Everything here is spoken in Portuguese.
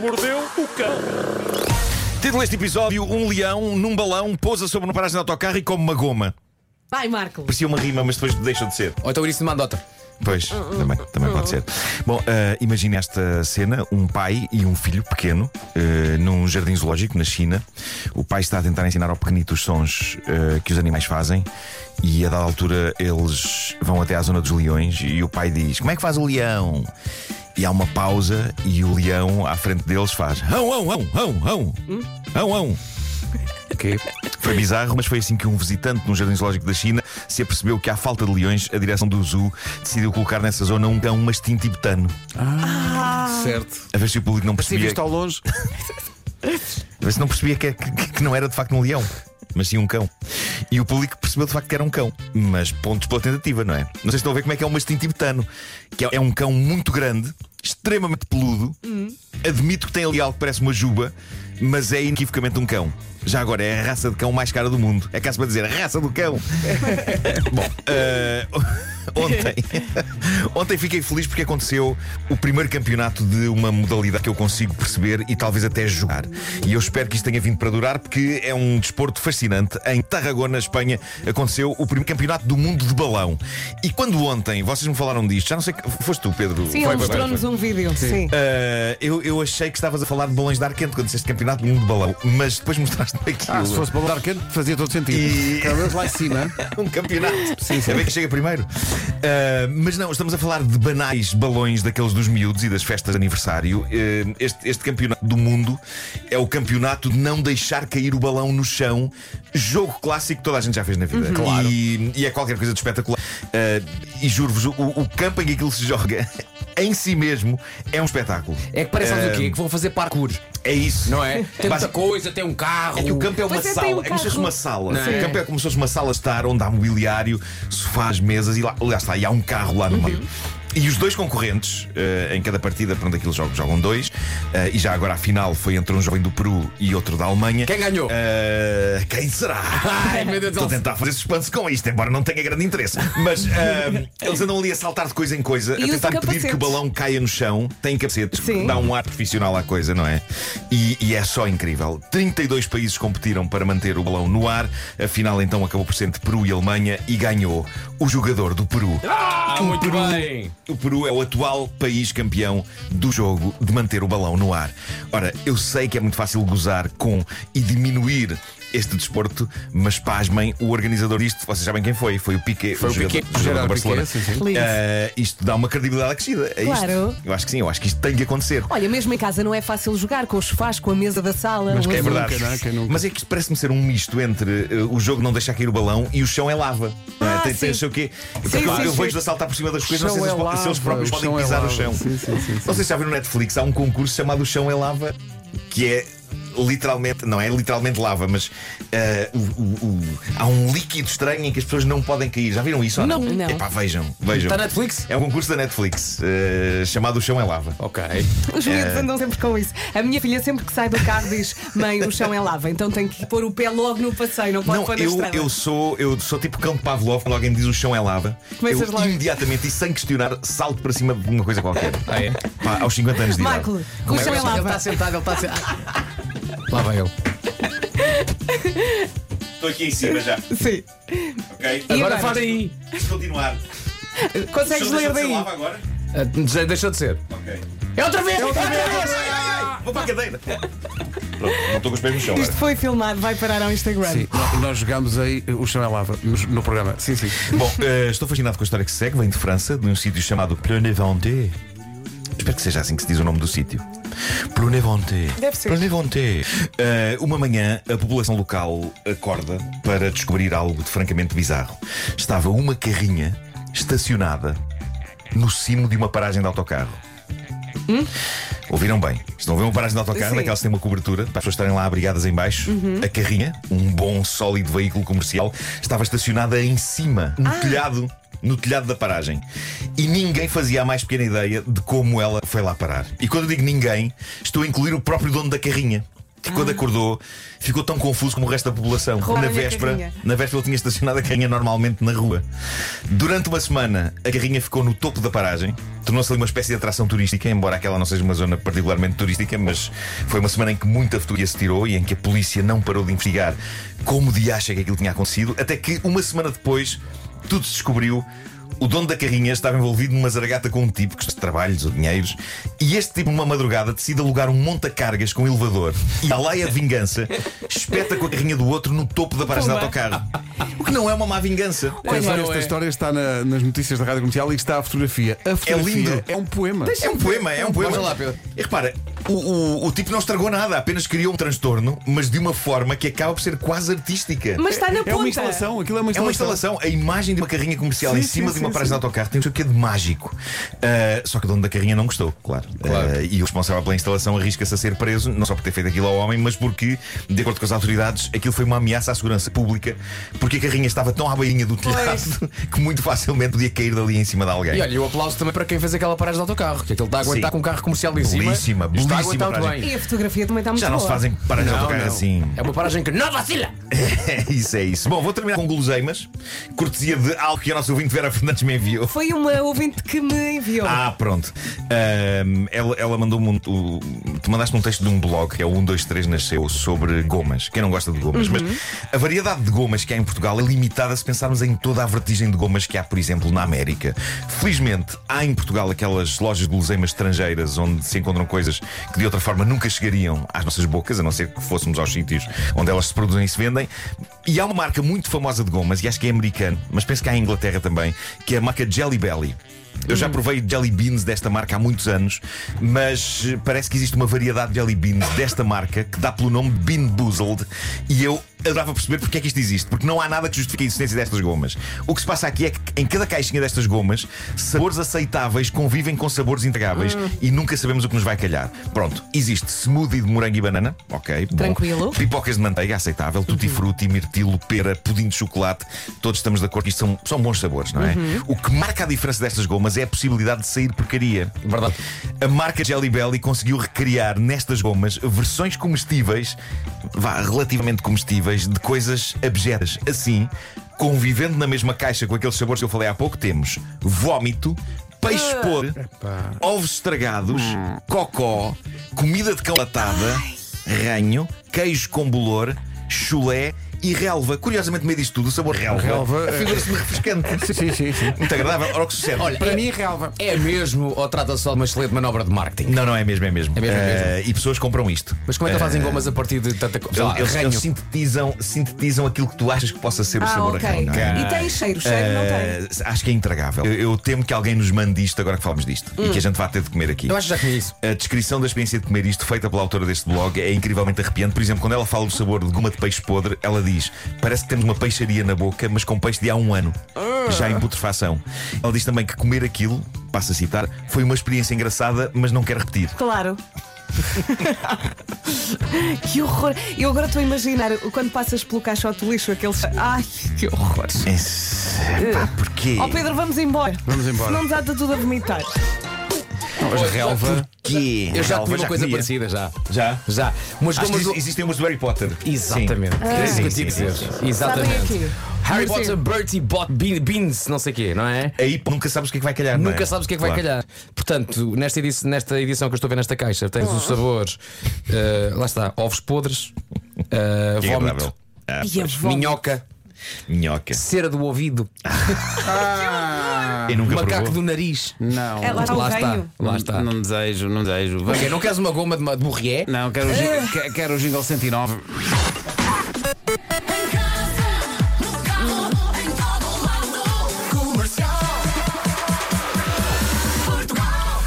mordeu o cão. Título deste episódio: Um leão num balão pousa sobre uma paragem de autocarro e come uma goma. Vai, Marco. Parecia uma rima, mas depois deixa de ser. Ou então isso de mandota. Pois, também, também pode ser. Bom, imagina imagine esta cena: um pai e um filho pequeno ah, num jardim zoológico na China. O pai está a tentar ensinar ao pequenito os sons ah, que os animais fazem, e a dada altura eles vão até à zona dos leões. E o pai diz: Como é que faz o leão? E há uma pausa, e o leão à frente deles faz: Hão, hão, hão, hão, hão, hão, hão. Ok. Foi bizarro, mas foi assim que um visitante num jardim zoológico da China se apercebeu que, à falta de leões, a direção do zoo decidiu colocar nessa zona um cão mastim tibetano. Ah. Certo. A ver se o público não Se percebia. visto Assim ao longe. A ver se não percebia que, que- que não era de facto um leão. Mas sim um cão. E o público percebeu de facto que era um cão. Mas pontos pela tentativa, não é? Não sei se estão a ver como é que é um mastim tibetano. Que é- é um cão muito grande, extremamente peludo. Admito que tem ali algo que parece uma juba, mas é inequivocamente um cão. Já agora é a raça de cão mais cara do mundo. É caso para dizer raça do cão. Bom, eh, ontem, ontem fiquei feliz porque aconteceu o primeiro campeonato de uma modalidade que eu consigo perceber e talvez até jogar. E eu espero que isto tenha vindo para durar porque é um desporto fascinante. Em Tarragona, Espanha, aconteceu o primeiro campeonato do mundo de balão. E quando ontem vocês me falaram disto, já não sei é que. Foste tu, Pedro? Sim, Foi, ele foi, foi, mostrou-nos um vídeo. Sim. Uh, eu, eu achei que estavas a falar de balões de ar quente quando disseste campeonato do mundo de balão, mas depois mostraste-me aquilo. Ah, se fosse balão quente, fazia todo sentido. E- Pelo menos lá em cima. um campeonato. É bem que chega primeiro. Uh, mas não, estamos a falar de banais balões daqueles dos miúdos e das festas de aniversário. Uh, este, este campeonato do mundo é o campeonato de não deixar cair o balão no chão. Jogo clássico que toda a gente já fez na Uhum. vida. Claro. E, e é qualquer coisa de espetacular. Uh, e juro-vos, o, o campo em que aquilo se joga. Em si mesmo é um espetáculo. É que parece sabes o quê? Que vão fazer parkour, É isso. não é? Tem muita Basi- coisa, tem um carro. É que o campo é uma Pois é, tem sala, um é como se fosse carro. uma sala. Não é? O campo é como se fosse uma sala de estar onde há mobiliário, sofás, mesas e lá, lá está, e há um carro lá no meio. Uhum. E os dois concorrentes, eh, em cada partida, pronto, aqueles jogos jogam dois, eh, e já agora a final foi entre um jovem do Peru e outro da Alemanha. Quem ganhou? Eh, quem será? Ai, meu Deus, Estou a Elsa. tentar fazer suspense com isto, embora não tenha grande interesse. Mas eh, eles andam ali a saltar de coisa em coisa, E a os tentar impedir capacetes? que o balão caia no chão. Tem capacetes, Sim. dá um ar profissional à coisa, não é? E, e é só incrível. 32 países competiram para manter o balão no ar. A final então acabou por ser entre Peru e Alemanha e ganhou o jogador do Peru. Ah, muito bem. O Peru é o atual país campeão do jogo de manter o balão no ar. Ora, eu sei que é muito fácil gozar com e diminuir este desporto, mas pasmem, o organizador disto, vocês sabem quem foi? Foi o Piquet, Foi o Piquet, jogador, jogador do Gerard Piquet, Barcelona. sim, sim. Lindo. Ah, isto dá uma credibilidade acrescida. a isto. Claro. Eu acho que sim, eu acho que isto tem de acontecer. Olha, mesmo em casa não é fácil jogar com os sofás, com a mesa da sala. Mas o É quem azul. verdade. Nunca, não, quem nunca? Mas é que isto parece-me ser um misto entre eh, o jogo não deixar cair o balão e o chão é lava. Não é? Ah, tem, tem sim. sei o quê. Porque Sim, eu, sim, eu sim. vejo-os a saltar por cima das coisas, não sei Chão é se, eles po- lava, se eles próprios o podem chão é pisar o lava. chão. Sim, sim, sim, sim. Vocês já viram no Netflix, há um concurso chamado O Chão é Lava, que é literalmente, não é literalmente lava, mas eh, o- o- o- há um líquido estranho em que as pessoas não podem cair. Já viram isso? ou Não. Não. Epá, vejam, vejam. Está na Netflix? É um concurso da Netflix eh, chamado O Chão é Lava. Ok. Os miúdos É. andam sempre com isso. A minha filha, sempre que sai do carro, diz: Mãe, o chão é lava, então tem que pôr o pé logo no passeio, não pode Não, pôr na eu, estrada. eu sou eu sou tipo cão de Pavlov, quando alguém me diz o chão é lava, Começas eu logo. imediatamente e sem questionar salto para cima de uma coisa qualquer. Ah, é? Pá, aos 50 anos de idade. Marco, o Como é que chão é ele está lava. sentado, ele está sentado. Lá vai ele. Estou aqui em cima já, Sim. ok? E Agora agora? fala aí. Vamos continuar. Consegues ler daí? agora? Ah, já Deixou de ser. Ok. É outra vez! É outra vez! Vou para a cadeira. Pronto, não estou com os pés no chão. Isto foi filmado, vai parar ao Instagram. Sim, nó- nós jogámos aí eh, o chão é lava no, no programa. Sim, sim. Bom, eh, estou fascinado com a história que segue, vem de França, de um sítio chamado Plenevente. Espero que seja assim que se diz o nome do sítio. Plenevente. Deve ser. Plenevente. Eh, uma manhã, a população local acorda para descobrir algo de francamente bizarro. Estava uma carrinha estacionada no cimo de uma paragem de autocarro. Ouviram bem? Estão a ver uma paragem de autocarro, Sim. Uhum. daquelas que têm uma cobertura, para as pessoas estarem lá abrigadas em baixo. A carrinha, um bom, sólido veículo comercial, estava estacionada em cima, no Ah. telhado. No telhado da paragem. E ninguém fazia a mais pequena ideia de como ela foi lá parar. E quando eu digo ninguém, estou a incluir o próprio dono da carrinha. que quando acordou ficou tão confuso como o resto da população. Ah. Roubaram-lhe na a véspera, carrinha. na véspera ele tinha estacionado a carrinha normalmente na rua. Durante uma semana, a carrinha ficou no topo da paragem. Tornou-se ali uma espécie de atração turística, embora aquela não seja uma zona particularmente turística, mas foi uma semana em que muita fotografia se tirou e em que a polícia não parou de investigar como de acha que aquilo tinha acontecido, até que uma semana depois tudo se descobriu. O dono da carrinha estava envolvido numa zargata com um tipo que custa trabalhos ou dinheiros, e este tipo, numa madrugada, decide alugar um monta-cargas com um elevador. E é a laia de vingança espeta com a carrinha do outro no topo da paragem de Pumba. autocarro. O que não é uma má vingança. Atenção, não esta é. história está na- nas notícias da Rádio Comercial e está a fotografia. A fotografia lindo. é um poema. É um poema, é um poema. Olha lá, Pedro. E repara, o, o- o tipo não estragou nada, apenas criou um transtorno, mas de uma forma que acaba por ser quase artística. Mas está na É uma ponta. instalação, aquilo é uma É uma instalação. instalação, a imagem de uma carrinha comercial Sim, em cima sim, de uma sim, paragem sim. de autocarro tem um quê de mágico. Ah, só que o dono da carrinha não gostou, claro. Claro. Ah, e o responsável pela instalação arrisca-se a ser preso, não só por ter feito aquilo ao homem, mas porque, de acordo com as autoridades, aquilo foi uma ameaça à segurança pública, porque a carrinha estava tão à beirinha do telhado que muito facilmente podia cair dali em cima de alguém. E olha, eu aplauso também para quem fez aquela paragem de autocarro, é que aquele está a aguentar Sim. com um carro comercial em cima. Belíssima, está a belíssima aguentar muito paragem. bem. E a fotografia também está muito Já não boa. se fazem paragens de Não, autocarro não. assim. É uma paragem que não vacila! É isso, é isso. Bom, vou terminar com guloseimas, cortesia de algo que a nossa ouvinte Vera Fernandes me enviou. Foi uma ouvinte que me enviou. Ah, pronto. Ahm, ela ela mandou-me um. o- Tu mandaste um texto de um blog que é o 123 Nasceu sobre gomas. Quem não gosta de gomas? Mas a variedade de gomas que há em Portugal é limitada se pensarmos em toda a vertigem de gomas que há, por exemplo, na América. Felizmente, há em Portugal aquelas lojas de guloseimas estrangeiras onde se encontram coisas que de outra forma nunca chegariam às nossas bocas, a não ser que fôssemos aos sítios onde elas se produzem e se vendem. E há uma marca muito famosa de gomas, e acho que é americana, mas penso que há em Inglaterra também, que é a marca Jelly Belly. Eu já provei jelly beans desta marca há muitos anos, mas eh, parece que existe uma variedade de jelly beans desta marca que dá pelo nome Bean Boozled e eu adorava perceber porque é que isto existe, porque não há nada que justifique a existência destas gomas. O que se passa aqui é que em cada caixinha destas gomas, sabores aceitáveis convivem com sabores intragáveis e nunca sabemos o que nos vai calhar. Pronto, existe smoothie de morango e banana, ok, bom. Tranquilo. Pipocas de manteiga, aceitável. Tutti frutti, mirtilo, pera, pudim de chocolate. Todos estamos de acordo que isto são, são bons sabores, não é? O que marca a diferença destas gomas é a possibilidade de sair porcaria. Verdade. A marca Jelly Belly conseguiu recriar nestas gomas versões comestíveis, vá, relativamente comestíveis, de coisas abjetas. Assim, convivendo na mesma caixa com aqueles sabores que eu falei há pouco, temos vómito, peixe podre, ovos estragados, cocó, comida de calatada, ranho, queijo com bolor, chulé e relva. Curiosamente, no meio disto tudo, o sabor relva, Relva, é- figura-se refrescante. Sim, sim, sim. sim. Muito agradável, ora o que sucede. Olha, para mim, relva. É mesmo ou trata-se só de uma excelente manobra de marketing? Não, não, é mesmo, é mesmo. É mesmo, é Eh, mesmo. E pessoas compram isto. Mas como é que fazem gomas a partir de tanta coisa? Eles- Ah, Eles, ranho. eles sintetizam, sintetizam aquilo que tu achas que possa ser o Ah, sabor ok. arranho, não é? E tem cheiro, cheiro não tem. Eh, acho que é intragável. Eu, eu temo que alguém nos mande isto agora que falamos disto Hum. e que a gente vá ter de comer aqui. Eu acho que já comi isso. A descrição da experiência de comer isto, feita pela autora deste blog, é incrivelmente arrepiante. Por exemplo, quando ela fala do sabor de goma de peixe podre, ela diz: parece que temos uma peixaria na boca, mas com peixe de há um ano, Ah. já em putrefação. Ela diz também que comer aquilo, passo a citar, foi uma experiência engraçada, mas não quer repetir. Claro. que horror! Eu agora estou a imaginar o- quando passas pelo caixote do lixo aqueles. Ai, que horror! É, pá, porquê? Ó Pedro, vamos embora. Vamos embora. Senão nos ata tudo a vomitar. Então, Mas relva. Porquê? Eu já comi Relva, uma coisa comia. parecida, já. Já? Já. Umas Acho que gomas. exi- existem umas do Harry Potter. Exatamente. Sim. Ah, Era isso que eu Sim, tinha que sim, dizer. sim, Sabem Exatamente. aqui. Harry Sim. Potter, Bertie Bot, Bean- Beans, não sei o quê, não é? Aí pô, nunca sabes o que é que vai calhar. não Nunca é? sabes o que é que vai Claro. calhar. Portanto, nesta edição, nesta edição que eu estou a ver nesta caixa, tens os sabores. eh, lá está, ovos podres, eh, Que vómito, agradável. Ah, E a vó. minhoca, minhoca. cera do ouvido, E nunca Ah. macaco provou. do nariz. Não. Ela está lá o está, ganho. lá está. Não desejo, não desejo. Vamos- Ok, não queres uma goma de, ma- de morrié? Não, quero o, gi- que- quero o jingle 109.